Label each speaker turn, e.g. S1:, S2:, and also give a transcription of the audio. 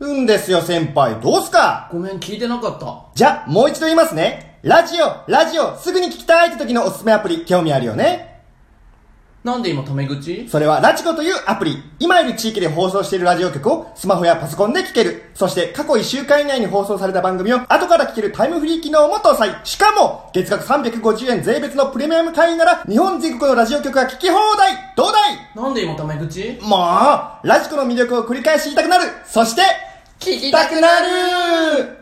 S1: うんですよ、先輩。どうすか
S2: ごめん、聞いてなかった。
S1: じゃ、もう一度言いますね。ラジオ、ラジオ、すぐに聞きたいって時のおすすめアプリ、興味あるよね。
S2: なんで今タメ口
S1: それは、ラジコというアプリ。今いる地域で放送しているラジオ局をスマホやパソコンで聴ける。そして、過去1週間以内に放送された番組を後から聴けるタイムフリー機能も搭載。しかも、月額350円税別のプレミアム会員なら、日本全国のラジオ局が聞き放題どうだい
S2: なんで今タメ口
S1: もう、ラジコの魅力を繰り返し言いたくなる。そして、
S2: 聞き
S1: たくなる